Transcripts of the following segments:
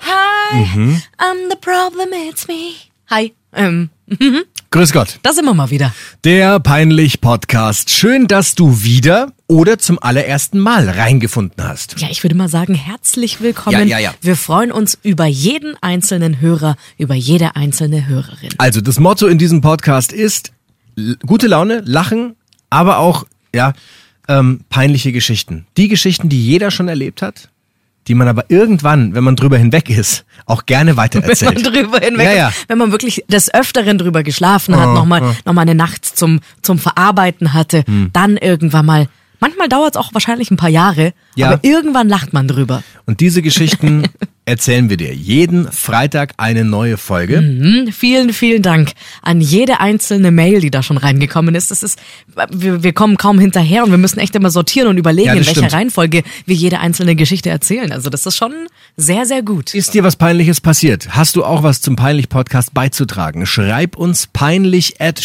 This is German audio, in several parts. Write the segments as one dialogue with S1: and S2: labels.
S1: Hi,
S2: Mhm.
S1: I'm the problem, it's me. Hi, ähm,
S2: Grüß Gott.
S1: da sind wir mal wieder.
S2: Der Peinlich Podcast. Schön, dass du wieder oder zum allerersten Mal reingefunden hast.
S1: Ja, ich würde mal sagen, herzlich willkommen.
S2: Ja, ja, ja.
S1: Wir freuen uns über jeden einzelnen Hörer, über jede einzelne Hörerin.
S2: Also, das Motto in diesem Podcast ist l- gute Laune, Lachen, aber auch, ja, ähm, peinliche Geschichten. Die Geschichten, die jeder schon erlebt hat, die man aber irgendwann, wenn man drüber hinweg ist, auch gerne
S1: Wenn man
S2: weitererzählt.
S1: drüber hinweg,
S2: Ja, ja. Oh,
S1: ist, wenn man wirklich des Öfteren drüber geschlafen hat, nochmal noch mal eine Nacht zum, zum Verarbeiten hatte,
S2: Hm.
S1: dann irgendwann mal. Manchmal dauert es auch wahrscheinlich ein paar Jahre,
S2: Ja.
S1: aber irgendwann lacht man drüber.
S2: Und diese Geschichten erzählen wir dir jeden Freitag eine neue Folge.
S1: Vielen, vielen Dank an jede einzelne Mail, die da schon reingekommen ist. Das ist, wir, wir kommen kaum hinterher und wir müssen echt immer sortieren und überlegen,
S2: Ja,
S1: in
S2: das
S1: welcher
S2: stimmt.
S1: Reihenfolge wir jede einzelne Geschichte erzählen. Also das ist schon sehr, sehr gut.
S2: Ist dir was Peinliches passiert? Hast du auch was zum Peinlich-Podcast beizutragen? Schreib uns peinlich at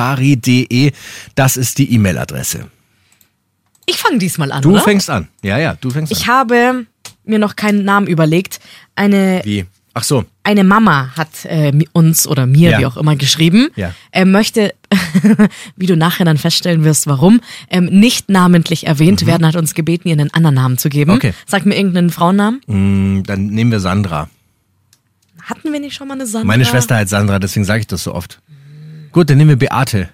S2: charivari.de. Das ist die E-Mail-Adresse.
S1: Ich fange diesmal an,
S2: Du
S1: oder?
S2: fängst an. Ja, ja, du fängst
S1: ich
S2: an.
S1: habe mir noch keinen Namen überlegt. Eine,
S2: Wie? Ach so.
S1: eine Mama hat äh, mi- uns oder mir,
S2: Ja.
S1: wie auch immer, geschrieben.
S2: Ja.
S1: Er möchte, wie du nachher dann feststellen wirst, warum, ähm, nicht namentlich erwähnt werden, hat uns gebeten, ihr einen anderen Namen zu geben.
S2: Mhm. Okay.
S1: Sag mir irgendeinen Frauennamen.
S2: Hm, Dann nehmen wir Sandra.
S1: Hatten wir nicht schon mal eine Sandra?
S2: Meine Schwester heißt Sandra, deswegen sage ich das so oft. Gut, dann nehmen wir Beate.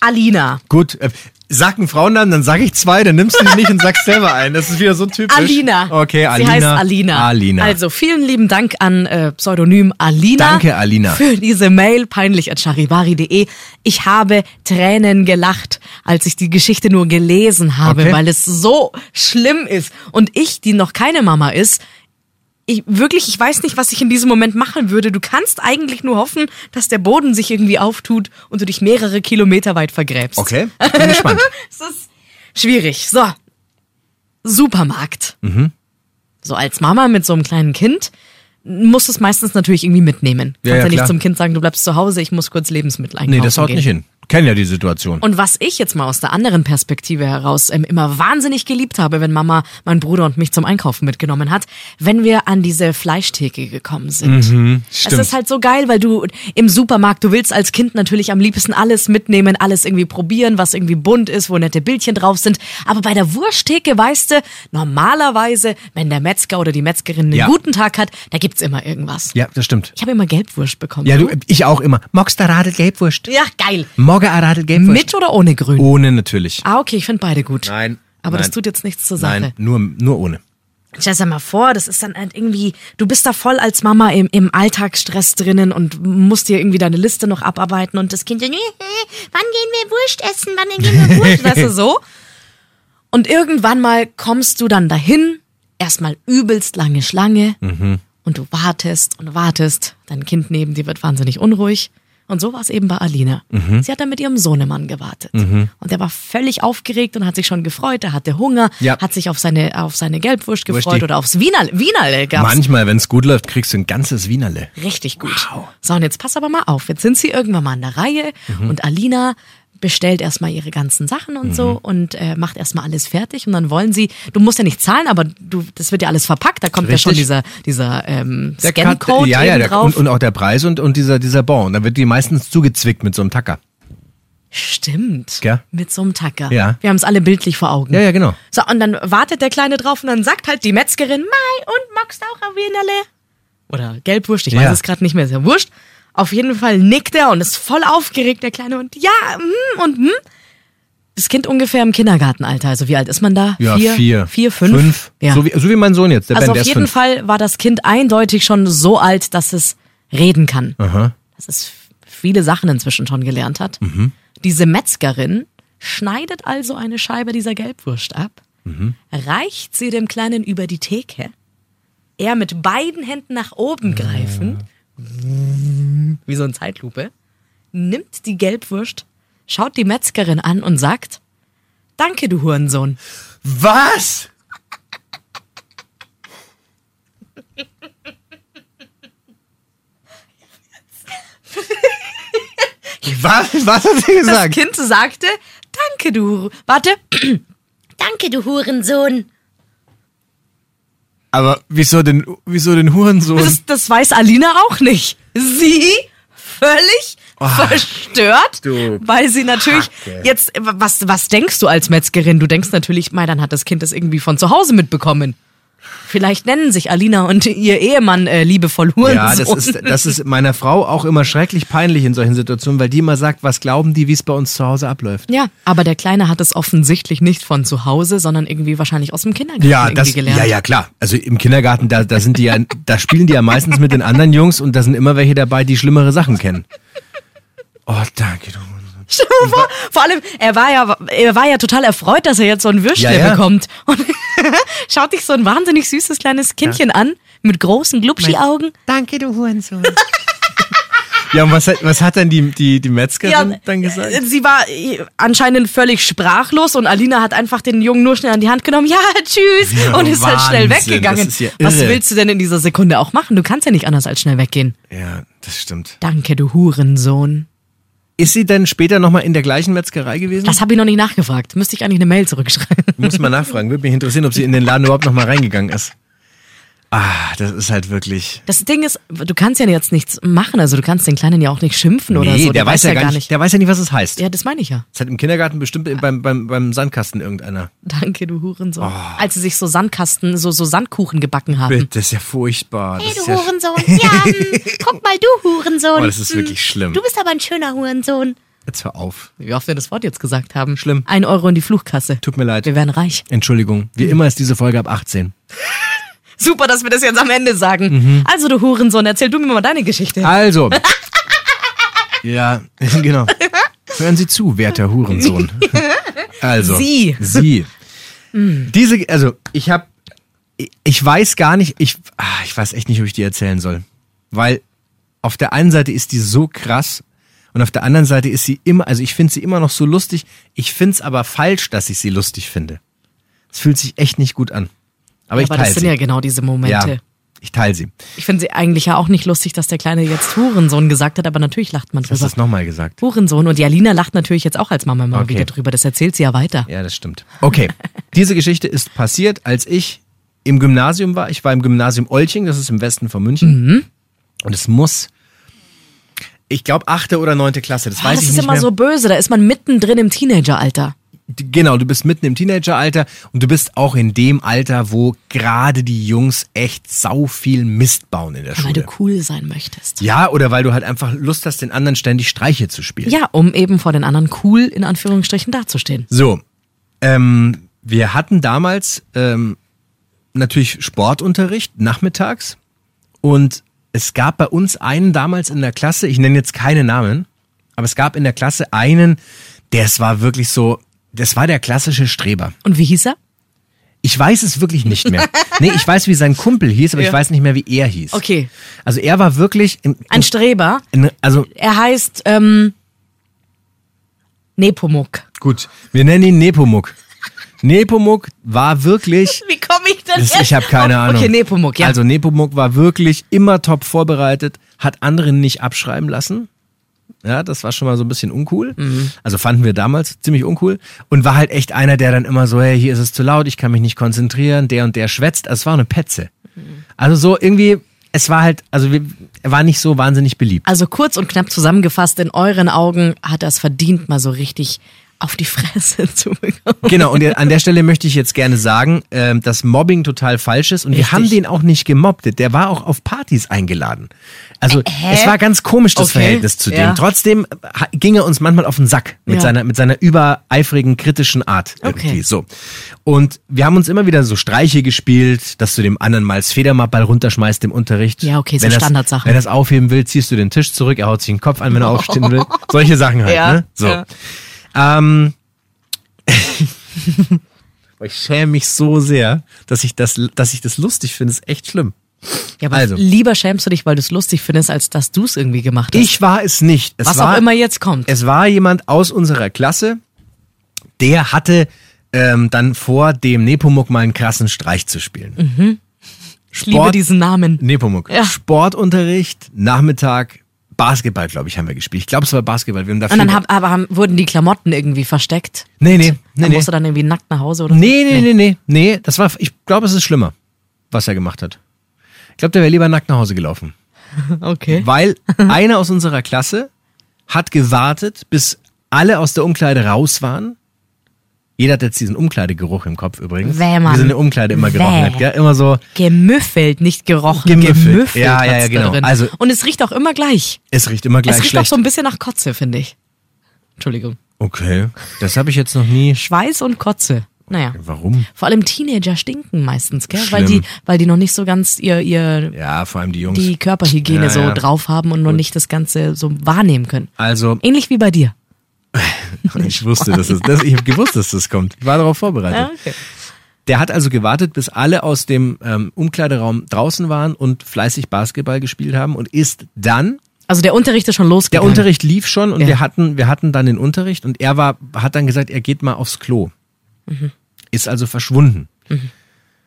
S1: Alina.
S2: Gut, äh, sag einen Frauennamen, dann sage ich zwei, dann nimmst du die nicht und sagst selber einen. Das ist wieder so typisch.
S1: Alina.
S2: Okay, Alina.
S1: Sie heißt Alina.
S2: Alina.
S1: Also vielen lieben Dank an äh, Pseudonym Alina.
S2: Danke, Alina.
S1: Für diese Mail, peinlich at charivari.de. Ich habe Tränen gelacht, als ich die Geschichte nur gelesen habe,
S2: Okay.
S1: weil es so schlimm ist. Und ich, die noch keine Mama ist, ich, wirklich, ich weiß nicht, was ich in diesem Moment machen würde. Du kannst eigentlich nur hoffen, dass der Boden sich irgendwie auftut und du dich mehrere Kilometer weit vergräbst.
S2: Okay, ich bin gespannt.
S1: Schwierig. So. Supermarkt.
S2: Mhm.
S1: So als Mama mit so einem kleinen Kind musst du es meistens natürlich irgendwie mitnehmen.
S2: Ja,
S1: Kannst ja,
S2: ja,
S1: nicht
S2: klar.
S1: zum Kind sagen, du bleibst zu Hause, ich muss kurz Lebensmittel einkaufen
S2: Nee, das haut
S1: gehen.
S2: nicht hin. Kennen ja die Situation.
S1: Und was ich jetzt mal aus der anderen Perspektive heraus ähm, immer wahnsinnig geliebt habe, wenn Mama, mein Bruder und mich zum Einkaufen mitgenommen hat, wenn wir an diese Fleischtheke gekommen
S2: Mhm.
S1: sind. Es ist halt so geil, weil du im Supermarkt, du willst als Kind natürlich am liebsten alles mitnehmen, alles irgendwie probieren, was irgendwie bunt ist, wo nette Bildchen drauf sind. Aber bei der Wursttheke weißt du, normalerweise, wenn der Metzger oder die Metzgerin einen
S2: Ja.
S1: guten Tag hat, da gibt's immer irgendwas.
S2: Ja, das stimmt.
S1: Ich habe immer Gelbwurst bekommen.
S2: Ja, du, ich auch immer. Magst du Radel Gelbwurst?
S1: Ja, geil.
S2: Morgen eine Radel Gelbwurst?
S1: Mit oder ohne Grün?
S2: Ohne natürlich.
S1: Ah, okay, ich finde beide gut.
S2: Oh. Nein,
S1: Aber das
S2: nein.
S1: tut jetzt nichts zur Sache.
S2: Nein, nur, nur ohne.
S1: Stell dir mal vor, das ist dann halt irgendwie, du bist da voll als Mama im, im Alltagsstress drinnen und musst dir irgendwie deine Liste noch abarbeiten und das Kind denkt, "Äh, äh, wann gehen wir Wurst essen, wann gehen wir Wurst, weißt du, so. Und irgendwann mal kommst du dann dahin, erstmal übelst lange Schlange und du wartest und wartest, dein Kind neben dir wird wahnsinnig unruhig. Und so war es eben bei Alina. Sie hat dann mit ihrem Sohnemann gewartet. Und der war völlig aufgeregt und hat sich schon gefreut, er hatte Hunger,
S2: Ja.
S1: hat sich auf seine, auf seine Gelbwurst gefreut
S2: Wursti.
S1: oder aufs Wienerl. Wienerl gab's.
S2: Manchmal, wenn es gut läuft, kriegst du ein ganzes Wienerle.
S1: Richtig gut. So, und jetzt pass aber mal auf. Jetzt sind sie irgendwann mal in der Reihe
S2: Mhm.
S1: und Alina bestellt erstmal ihre ganzen Sachen und
S2: Mhm.
S1: so und äh, macht erstmal alles fertig und dann wollen sie, du musst ja nicht zahlen, aber du, das wird ja alles verpackt, da kommt
S2: Richtig.
S1: ja schon dieser, dieser ähm,
S2: Der Cut-
S1: Scan-Code
S2: ja, ja,
S1: eben
S2: der,
S1: drauf.
S2: Und, und auch der Preis und, und dieser, dieser Bon. Dann wird die meistens zugezwickt mit so einem
S1: Hm.
S2: Tacker.
S1: Stimmt.
S2: Gell?
S1: Mit so einem Tacker.
S2: Ja.
S1: Wir haben es alle bildlich vor Augen.
S2: Ja, ja, genau.
S1: So, und dann wartet der Kleine drauf und dann sagt halt die Metzgerin, Mai, und magst auch ein Wienerle? Oder Gelbwurst, ich
S2: Ja.
S1: weiß es gerade nicht mehr, ist ja wurscht. Auf jeden Fall nickt er und ist voll aufgeregt, der Kleine, und ja, hm, und hm. Das Kind ungefähr im Kindergartenalter, also wie alt ist man da?
S2: Ja, vier.
S1: Vier, fünf? Ja.
S2: So, wie, so wie mein Sohn jetzt. Der
S1: also
S2: Ben,
S1: auf
S2: der ist
S1: jeden
S2: fünf.
S1: Fall war das Kind eindeutig schon so alt, dass es reden kann. Dass es viele Sachen inzwischen schon gelernt hat. Diese Metzgerin schneidet also eine Scheibe dieser Gelbwurst ab, reicht sie dem Kleinen über die Theke, er mit beiden Händen nach oben greifend wie so in Zeitlupe, nimmt die Gelbwurst, schaut die Metzgerin an und sagt, danke, du Hurensohn.
S2: Was? Was, was hat sie
S1: Das
S2: gesagt?
S1: Kind sagte, danke, du, Hure- warte, danke, du Hurensohn.
S2: Aber wieso den, wieso den Hurensohn?
S1: Das, das weiß Alina auch nicht. Sie völlig verstört,
S2: Ah, du
S1: weil sie natürlich jetzt was was denkst du als Metzgerin? Du denkst natürlich, mei, dann hat das Kind das irgendwie von zu Hause mitbekommen. Vielleicht nennen sich Alina und ihr Ehemann äh, liebevoll Hurensohn.
S2: Ja, das ist, äh, das ist meiner Frau auch immer schrecklich peinlich in solchen Situationen, weil die immer sagt, was glauben die, wie es bei uns zu Hause abläuft.
S1: Ja, aber der Kleine hat es offensichtlich nicht von zu Hause, sondern irgendwie wahrscheinlich aus dem Kindergarten irgendwie gelernt.
S2: klar. Also im Kindergarten, da, da sind die ja, da spielen die ja meistens mit den anderen Jungs und da sind immer welche dabei, die schlimmere Sachen kennen. Oh, danke, du.
S1: Stell dir vor, vor allem, er war ja, er war ja total erfreut, dass er jetzt so ein Würstle
S2: Ja, ja.
S1: bekommt. Und schaut dich so ein wahnsinnig süßes kleines Kindchen an, mit großen Glubschi-Augen.
S2: Danke, du Hurensohn. Ja, und was hat, was hat denn die, die, die Metzgerin dann gesagt?
S1: äh, Sie war äh, anscheinend völlig sprachlos und Alina hat einfach den Jungen nur schnell an die Hand genommen. Ja, tschüss.
S2: Ja,
S1: und ist halt schnell
S2: Wahnsinn,
S1: weggegangen.
S2: das ist ja
S1: Was
S2: irre.
S1: willst du denn in dieser Sekunde auch machen? Du kannst ja nicht anders als schnell weggehen.
S2: Ja, das stimmt.
S1: Danke, du Hurensohn.
S2: Ist sie denn später nochmal in der gleichen Metzgerei gewesen?
S1: Das habe ich noch nicht nachgefragt. Müsste ich eigentlich eine Mail zurückschreiben.
S2: Muss mal nachfragen. Würde mich interessieren, ob sie in den Laden überhaupt noch mal reingegangen ist. Ah, das ist halt wirklich.
S1: Das Ding ist, du kannst ja jetzt nichts machen. Also du kannst den Kleinen ja auch nicht schimpfen oder so.
S2: Der weiß ja nicht, was es heißt.
S1: Ja, das meine ich ja.
S2: Das hat im Kindergarten bestimmt beim, beim, beim Sandkasten irgendeiner.
S1: Danke, du Hurensohn.
S2: Oh.
S1: Als sie sich so Sandkasten, so, so Sandkuchen gebacken haben.
S2: Das ist ja furchtbar. Das
S3: Hey,
S2: ist
S3: du
S2: ja sch-
S3: Hurensohn. Ja, hm, guck mal, du Hurensohn.
S2: Oh, das ist wirklich
S1: Hm.
S2: schlimm.
S3: Du bist aber ein schöner Hurensohn.
S2: Jetzt hör auf.
S1: Wie oft wir das Wort jetzt gesagt haben.
S2: Schlimm.
S1: Ein Euro in die Fluchkasse.
S2: Tut mir leid.
S1: Wir wären reich.
S2: Entschuldigung. Wie immer ist diese Folge ab 18.
S1: Super, dass wir das jetzt am Ende
S2: Mhm.
S1: sagen. Also, du Hurensohn, erzähl du mir mal deine Geschichte.
S2: Also. ja, genau. Hören Sie zu, werter Hurensohn. Also.
S1: Sie. Mm.
S2: Sie. Diese, also ich habe, ich weiß gar nicht, ich, ah, ich weiß echt nicht, ob ich die erzählen soll. Weil auf der einen Seite ist die so krass und auf der anderen Seite ist sie immer, also ich finde sie immer noch so lustig. Ich finde es aber falsch, dass ich sie lustig finde. Es fühlt sich echt nicht gut an. Aber ich
S1: Aber das
S2: teile
S1: sind
S2: sie.
S1: ja genau diese Momente.
S2: ja, ich teile sie.
S1: Ich finde sie eigentlich ja auch nicht lustig, dass der Kleine jetzt Hurensohn gesagt hat, aber natürlich lacht man
S2: Hast du
S1: drüber.
S2: das nochmal gesagt?
S1: Hurensohn. Und die Alina lacht natürlich jetzt auch als Mama mal
S2: Okay.
S1: wieder drüber. Das erzählt sie ja weiter.
S2: Ja, das stimmt. Okay, diese Geschichte ist passiert, als ich im Gymnasium war. Ich war im Gymnasium Olching, das ist im Westen von München.
S1: Mhm.
S2: Und es muss, ich glaube, achte oder neunte Klasse, das
S1: Ah,
S2: weiß
S1: das
S2: ich
S1: ist
S2: nicht
S1: immer
S2: mehr.
S1: so böse. Da ist man mittendrin im Teenageralter.
S2: D- Genau, du bist mitten im Teenageralter und du bist auch in dem Alter, wo gerade die Jungs echt sau viel Mist bauen in der
S1: Weil
S2: Schule.
S1: du cool sein möchtest.
S2: Ja, oder weil du halt einfach Lust hast, den anderen ständig Streiche zu spielen.
S1: Ja, um eben vor den anderen cool in Anführungsstrichen dazustehen.
S2: So, ähm, wir hatten damals ähm, natürlich Sportunterricht nachmittags und es gab bei uns einen damals in der Klasse, ich nenne jetzt keine Namen, aber es gab in der Klasse einen, der es war wirklich so, das war der klassische Streber.
S1: Und wie hieß er?
S2: Ich weiß es wirklich nicht mehr. nee, ich weiß, wie sein Kumpel hieß, aber ich weiß nicht mehr, wie er hieß.
S1: Okay.
S2: Also er war wirklich, in,
S1: Ein Streber.
S2: in, also
S1: Er heißt ähm, Nepomuk.
S2: gut, wir nennen ihn Nepomuk. Nepomuk war wirklich
S1: Wie komme ich denn
S2: Das, ich habe keine Ahnung.
S1: Okay, Nepomuk, ja.
S2: Also Nepomuk war wirklich immer top vorbereitet, hat andere nicht abschreiben lassen. Ja, das war schon mal so ein bisschen uncool.
S1: Mhm.
S2: Also fanden wir damals ziemlich uncool. Und war halt echt einer, der dann immer so, hey, hier ist es zu laut, ich kann mich nicht konzentrieren, der und der schwätzt. Also es war eine Petze.
S1: Mhm.
S2: Also so irgendwie, es war halt, also wir, er war nicht so wahnsinnig beliebt.
S1: also kurz und knapp zusammengefasst, in euren Augen hat er es verdient, mal so richtig auf die Fresse zu bekommen.
S2: Genau, und an der Stelle möchte ich jetzt gerne sagen, ähm, dass Mobbing total falsch ist und wir
S1: Richtig.
S2: haben den auch nicht gemobbt. Der war auch auf Partys eingeladen. Also es war ganz komisch, das
S1: Okay.
S2: Verhältnis zu dem.
S1: Ja.
S2: Trotzdem ha- ging er uns manchmal auf den Sack mit,
S1: Ja.
S2: seiner, mit seiner übereifrigen, kritischen Art irgendwie.
S1: Okay.
S2: So. Und wir haben uns immer wieder so Streiche gespielt, dass du dem anderen mal das Federmappball runterschmeißt im Unterricht.
S1: Ja, okay, so
S2: Wenn er's-
S1: Standardsachen.
S2: Wenn er es aufheben will, ziehst du den Tisch zurück, er haut sich den Kopf an, wenn er aufstehen will. Solche Sachen halt,
S1: Ja,
S2: ne? So.
S1: ja.
S2: Ähm, ich schäme mich so sehr, dass ich das, dass ich das lustig finde, ist echt schlimm.
S1: Ja, aber
S2: Also.
S1: lieber schämst du dich, weil du es lustig findest, als dass du es irgendwie gemacht hast.
S2: Ich war es nicht. Es
S1: Was
S2: war,
S1: auch immer jetzt kommt.
S2: Es war jemand aus unserer Klasse, der hatte ähm, dann vor, dem Nepomuk mal einen krassen Streich zu spielen.
S1: Mhm. ich liebe diesen Namen.
S2: Nepomuk.
S1: Ja.
S2: Sportunterricht, Nachmittag, Basketball, glaube ich, haben wir gespielt. Ich glaube, es war Basketball. Wir haben da
S1: Und dann
S2: viel-
S1: hab, aber haben, wurden die Klamotten irgendwie versteckt. Also,
S2: nee, nee, nee,
S1: Dann
S2: nee.
S1: musst du dann irgendwie nackt nach Hause oder so.
S2: Nee, nee, nee, nee, nee. Das war, ich glaube, es ist schlimmer, was er gemacht hat. Ich glaube, der wäre lieber nackt nach Hause gelaufen.
S1: Okay.
S2: Weil einer aus unserer Klasse hat gewartet, bis alle aus der Umkleide raus waren. Jeder hat jetzt diesen Umkleidegeruch im Kopf übrigens.
S1: Wäh, Mann.
S2: Wie so eine Umkleide immer gerochen
S1: Wäh.
S2: hat, gell? Immer so,
S1: Gemüffelt, nicht gerochen.
S2: Gemüffelt.
S1: Gemüffelt.
S2: Ja, ja,
S1: hat's
S2: ja, genau.
S1: da drin.
S2: Also-
S1: Und es riecht auch immer gleich.
S2: es riecht immer gleich
S1: es riecht
S2: schlecht.
S1: auch so ein bisschen nach Kotze, finde ich. Entschuldigung.
S2: okay, das habe ich jetzt noch nie.
S1: Schweiß und Kotze. Naja.
S2: Warum?
S1: Vor allem Teenager stinken meistens, gell? Weil
S2: Schlimm.
S1: die, weil die noch nicht so ganz ihr, ihr,
S2: Ja, vor allem die Jungs.
S1: die Körperhygiene
S2: Ja,
S1: so
S2: ja.
S1: drauf haben und noch nicht das Ganze so wahrnehmen können.
S2: also,
S1: Ähnlich wie bei dir.
S2: ich wusste, dass es, das, ich habe gewusst, dass das kommt. Ich war darauf vorbereitet.
S1: Ah, okay.
S2: Der hat also gewartet, bis alle aus dem ähm, Umkleideraum draußen waren und fleißig Basketball gespielt haben und ist dann
S1: Also der Unterricht ist schon
S2: Der
S1: losgegangen.
S2: Unterricht lief schon und
S1: Ja.
S2: wir hatten wir hatten dann den Unterricht und er war hat dann gesagt, er geht mal aufs Klo.
S1: Mhm.
S2: Ist also verschwunden.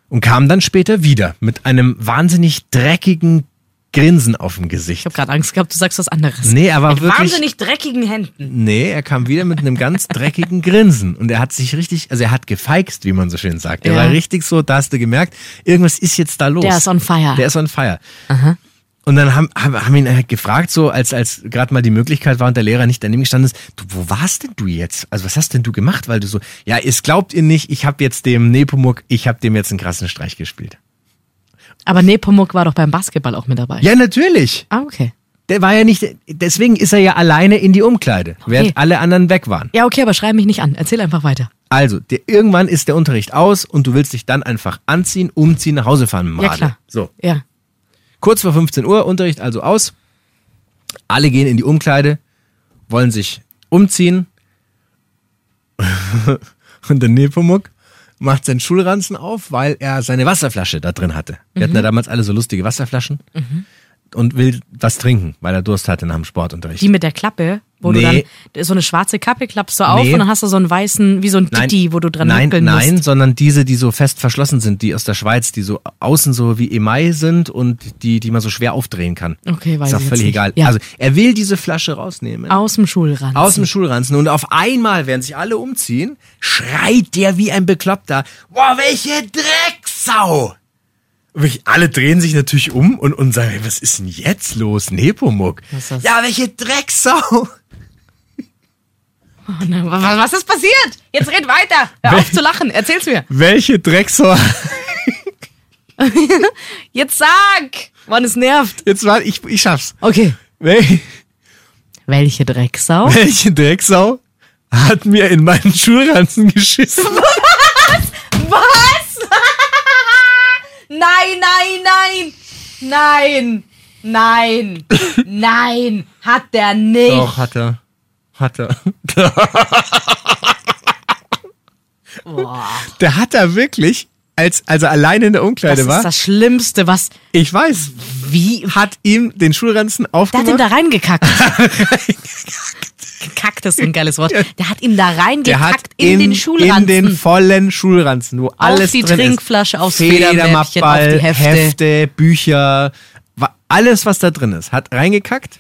S2: Und kam dann später wieder mit einem wahnsinnig dreckigen Grinsen auf dem
S1: Ich
S2: Gesicht.
S1: habe gerade Angst gehabt, du sagst was anderes.
S2: Nee, er war
S1: Mit
S2: wirklich
S1: wahnsinnig dreckigen Händen.
S2: Nee, er kam wieder mit einem ganz dreckigen Grinsen und er hat sich richtig, also er hat gefeixt, wie man so schön sagt. Er
S1: Ja.
S2: war richtig so, da hast du gemerkt, irgendwas ist jetzt da los.
S1: Der ist on fire.
S2: Der ist on fire. Und dann haben, haben, haben ihn halt gefragt, so als, als gerade mal die Möglichkeit war und der Lehrer nicht daneben gestanden ist, du, wo warst denn du jetzt? Also was hast denn du gemacht? Weil du so, ja, es glaubt ihr nicht, ich habe jetzt dem Nepomuk, ich habe dem jetzt einen krassen Streich gespielt.
S1: Aber Nepomuk war doch beim Basketball auch mit dabei.
S2: Ja, natürlich.
S1: Ah, okay.
S2: Der war ja nicht, deswegen ist er ja alleine in die Umkleide, während alle anderen weg waren.
S1: Ja, okay, aber schreib mich nicht an. Erzähl einfach weiter.
S2: Also, der, irgendwann ist der Unterricht aus und du willst dich dann einfach anziehen, umziehen, nach Hause fahren mit dem
S1: Ja,
S2: Radl.
S1: klar.
S2: So,
S1: Ja.
S2: kurz vor 15 Uhr, Unterricht also aus. Alle gehen in die Umkleide, wollen sich umziehen. und der Nepomuk macht seinen Schulranzen auf, weil er seine Wasserflasche da drin hatte. Wir
S1: Mhm.
S2: hatten ja damals alle so lustige Wasserflaschen. Und will was trinken, weil er Durst hatte nach dem Sportunterricht.
S1: Die mit der Klappe, wo du
S2: Nee.
S1: dann da ist so eine schwarze Kappe klappst du auf
S2: Nee.
S1: und dann hast du so einen weißen, wie so ein Titi, wo du dran
S2: nein,
S1: nuckeln
S2: nein,
S1: musst.
S2: sondern diese, die so fest verschlossen sind, die aus der Schweiz, die so außen so wie Email sind und die, die man so schwer aufdrehen kann.
S1: Okay, weiß
S2: Ist doch
S1: ich jetzt
S2: völlig
S1: nicht.
S2: egal.
S1: Ja.
S2: Also er will diese Flasche rausnehmen.
S1: Aus dem Schulrand.
S2: Aus dem Schulranzen und auf einmal, während sich alle umziehen, schreit der wie ein Bekloppter, boah, welche Drecksau! Und wirklich, alle drehen sich natürlich um und, und sagen, "Ey, was ist denn jetzt los, Nepomuk?
S1: Was ist das?
S2: Ja, welche Drecksau!
S1: Was, ne? was ist passiert? Jetzt red weiter. Hör auf zu lachen. Erzähl's mir.
S2: Welche Drecksau
S1: Jetzt sag! Mann, es nervt.
S2: Jetzt war ich, ich schaff's.
S1: Okay.
S2: Wel-
S1: Welche Drecksau?
S2: Welche Drecksau hat mir in meinen Schulranzen geschissen?
S1: Was? nein, nein, nein. Nein. Nein. Nein. Hat der nicht.
S2: Doch, hat er. Hat er. Der hat er wirklich, als, als er alleine in der
S1: Das
S2: Umkleide
S1: ist
S2: war,
S1: das Schlimmste, was.
S2: ich weiß,
S1: Wie?
S2: hat ihm den Schulranzen
S1: Der hat ihm
S2: aufgemacht.
S1: da reingekackt. Gekackt ist so ein geiles Wort. Der hat ihm da
S2: der hat
S1: reingekackt in, den Schulranzen.
S2: in den vollen Schulranzen, wo alles
S1: die
S2: drin
S1: Trinkflasche,
S2: ist.
S1: aufs Federmäppchen, auf die Hefte.
S2: Hefte, Bücher, wa- alles was da drin ist, hat reingekackt,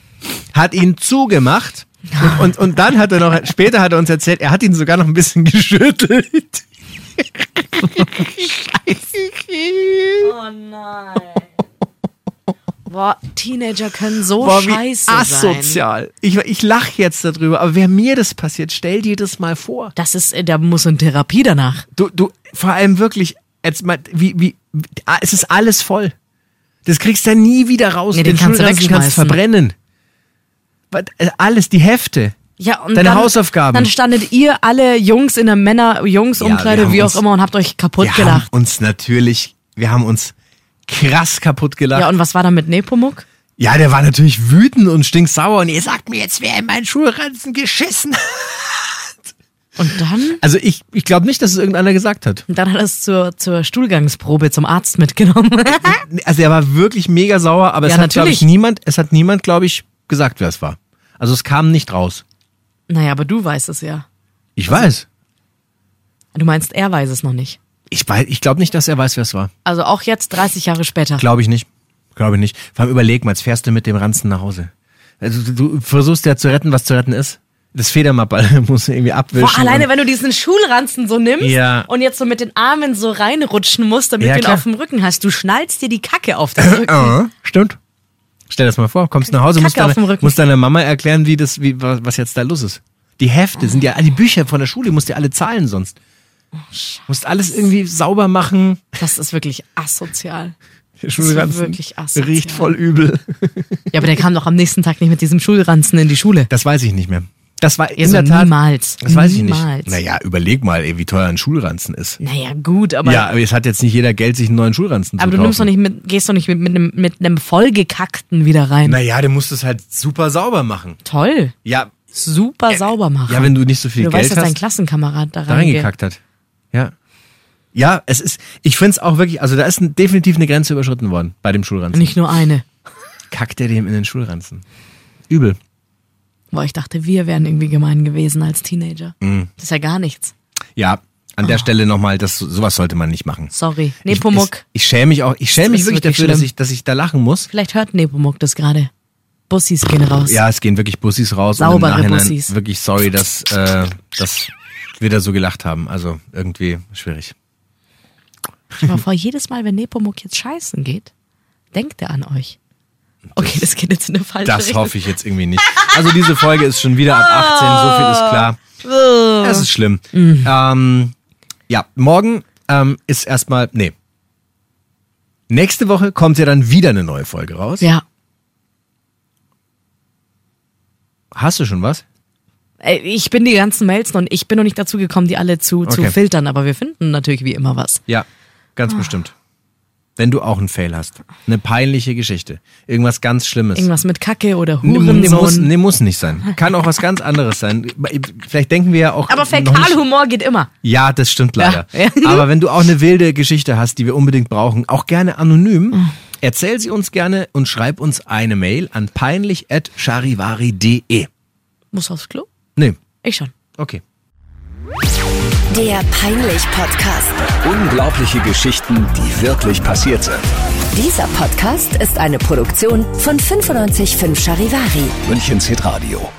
S2: hat ihn zugemacht und, und, und dann hat er noch später hat er uns erzählt, er hat ihn sogar noch ein bisschen geschüttelt.
S1: Oh nein. Boah, Teenager können so
S2: Boah, wie
S1: Oh, scheiße sein.
S2: asozial. Ich, ich lache jetzt darüber, aber wäre mir das passiert, stell dir das mal vor.
S1: Das ist, äh, da muss in Therapie danach.
S2: Du, du, vor allem wirklich, jetzt mal, wie, wie, wie- ah, es ist alles voll. Das kriegst du nie wieder raus.
S1: Nee, den kannst du
S2: Schulranzen kannst du
S1: wegschmeißen.
S2: verbrennen. Was- äh, Alles, die Hefte.
S1: Ja, und
S2: Deine
S1: dann,
S2: Hausaufgaben.
S1: Dann standet ihr alle Jungs in der Männer-Jungs-Umkleide,
S2: Ja, wir
S1: wie
S2: haben
S1: auch
S2: uns-
S1: immer, und habt euch kaputt
S2: wir haben
S1: gelacht.
S2: uns natürlich, wir haben uns krass kaputt gelacht.
S1: Ja, und was war da mit Nepomuk?
S2: Ja, der war natürlich wütend und stinksauer und ihr sagt mir jetzt, wer in meinen Schulranzen geschissen hat.
S1: Und dann,
S2: Also ich, ich glaube nicht, dass es irgendeiner gesagt hat.
S1: und dann hat er es zur, zur Stuhlgangsprobe zum Arzt mitgenommen.
S2: Also er war wirklich mega sauer, aber
S1: Ja,
S2: es hat, glaube
S1: natürlich.
S2: ich, niemand, es hat niemand, glaube ich, gesagt, wer es war. Also es kam nicht raus.
S1: naja, aber du weißt es ja.
S2: Ich
S1: Also
S2: weiß.
S1: Du meinst, er weiß es noch nicht.
S2: Ich weiß, ich glaube nicht, dass er weiß, wer es war.
S1: Also auch jetzt, 30 Jahre später.
S2: Glaube ich nicht. Glaube ich nicht. Vor allem überleg mal, jetzt fährst du mit dem Ranzen nach Hause. Also du, du versuchst ja zu retten, was zu retten ist. Das Federmappal muss irgendwie abwischen.
S1: Boah, alleine, wenn du diesen Schulranzen so nimmst
S2: Ja.
S1: und jetzt so mit den Armen so reinrutschen musst, damit
S2: Ja,
S1: du ihn
S2: klar.
S1: auf dem Rücken hast. Du schnallst dir die Kacke auf den Rücken.
S2: Ah, stimmt. Stell das mal vor, kommst nach Hause, musst
S1: Kacke auf
S2: deiner,
S1: dem Rücken.
S2: musst deiner Mama erklären, wie das, wie, wa- was jetzt da los ist. Die Hefte sind ja, die Bücher von der Schule, musst du alle zahlen sonst. musst alles irgendwie sauber machen.
S1: Das ist wirklich asozial.
S2: Der
S1: wirklich asozial.
S2: riecht voll übel.
S1: Ja, aber der kam doch am nächsten Tag nicht mit diesem Schulranzen in die Schule.
S2: Das weiß ich nicht mehr. Das war in
S1: Also
S2: der Tat.
S1: niemals.
S2: Das weiß
S1: niemals.
S2: ich nicht. Naja, überleg mal, ey, wie teuer ein Schulranzen ist.
S1: Naja, gut, aber,
S2: ja, aber es hat jetzt nicht jeder Geld, sich einen neuen Schulranzen
S1: aber
S2: zu
S1: du nimmst doch
S2: kaufen.
S1: nicht mit, gehst doch nicht mit, mit, einem, mit einem vollgekackten wieder rein.
S2: Naja, du musst es halt super sauber machen.
S1: Toll.
S2: Ja,
S1: Super sauber machen.
S2: ja wenn du nicht so viel
S1: du
S2: Geld
S1: weißt, dass
S2: hast.
S1: dein Klassenkamerad da,
S2: da reingekackt hat. Ja. Ja, es ist, ich finde es auch wirklich, also da ist ein, definitiv eine Grenze überschritten worden bei dem Schulranzen.
S1: Nicht nur eine.
S2: Kackt er dem in den Schulranzen. Übel.
S1: Boah, ich dachte, wir wären irgendwie gemein gewesen als Teenager.
S2: Mhm.
S1: Das ist ja gar nichts.
S2: Ja, an
S1: Ah.
S2: der Stelle nochmal, das, sowas sollte man nicht machen.
S1: Sorry.
S2: Ich,
S1: Nepomuk.
S2: ich, ich schäme mich auch, ich schäme mich
S1: ist
S2: wirklich,
S1: wirklich
S2: dafür, dass
S1: schlimm.
S2: ich, dass ich da lachen muss.
S1: Vielleicht hört Nepomuk das gerade. Bussis gehen raus.
S2: Ja, es gehen wirklich Bussis raus und im
S1: Saubere
S2: Nachhinein
S1: Bussis.
S2: wirklich sorry, dass, äh, dass wir da so gelacht haben. Also irgendwie schwierig.
S1: Stell dir mal vor, jedes Mal, wenn Nepomuk jetzt scheißen geht, denkt er an euch. Okay, das geht jetzt in eine falsche
S2: Das
S1: Richtung.
S2: hoffe ich jetzt irgendwie nicht. Also diese Folge ist schon wieder ab 18, so viel ist klar.
S1: Ah.
S2: Es ist schlimm.
S1: Mhm.
S2: Ähm, ja, morgen ähm, ist erstmal, nee. Nächste Woche kommt ja dann wieder eine neue Folge raus.
S1: Ja.
S2: Hast du schon was?
S1: Ey, Äh, Ich bin die ganzen Mails noch, ich bin noch nicht dazu gekommen, die alle zu, zu
S2: Okay.
S1: filtern, aber wir finden natürlich wie immer was.
S2: Ja, ganz
S1: Ah.
S2: bestimmt. Wenn du auch einen Fail hast. Eine peinliche Geschichte. Irgendwas ganz Schlimmes.
S1: Irgendwas mit Kacke oder
S2: Nee, muss,
S1: Hurensohn.
S2: nee, muss nicht sein. Kann auch was ganz anderes sein. Vielleicht denken wir ja auch.
S1: Aber
S2: noch nicht-
S1: Fäkalhumor geht immer.
S2: Ja, das stimmt leider.
S1: Ja.
S2: Aber wenn du auch eine wilde Geschichte hast, die wir unbedingt brauchen, auch gerne
S1: Hm.
S2: anonym, erzähl sie uns gerne und schreib uns eine Mail an peinlich.charivari.de.
S1: Muss aufs Klo?
S2: Nee,
S1: Ich schon.
S2: okay.
S4: Der Peinlich-Podcast.
S5: Unglaubliche Geschichten, die wirklich passiert sind.
S4: Dieser Podcast ist eine Produktion von 955 Charivari.
S5: Münchens Hitradio.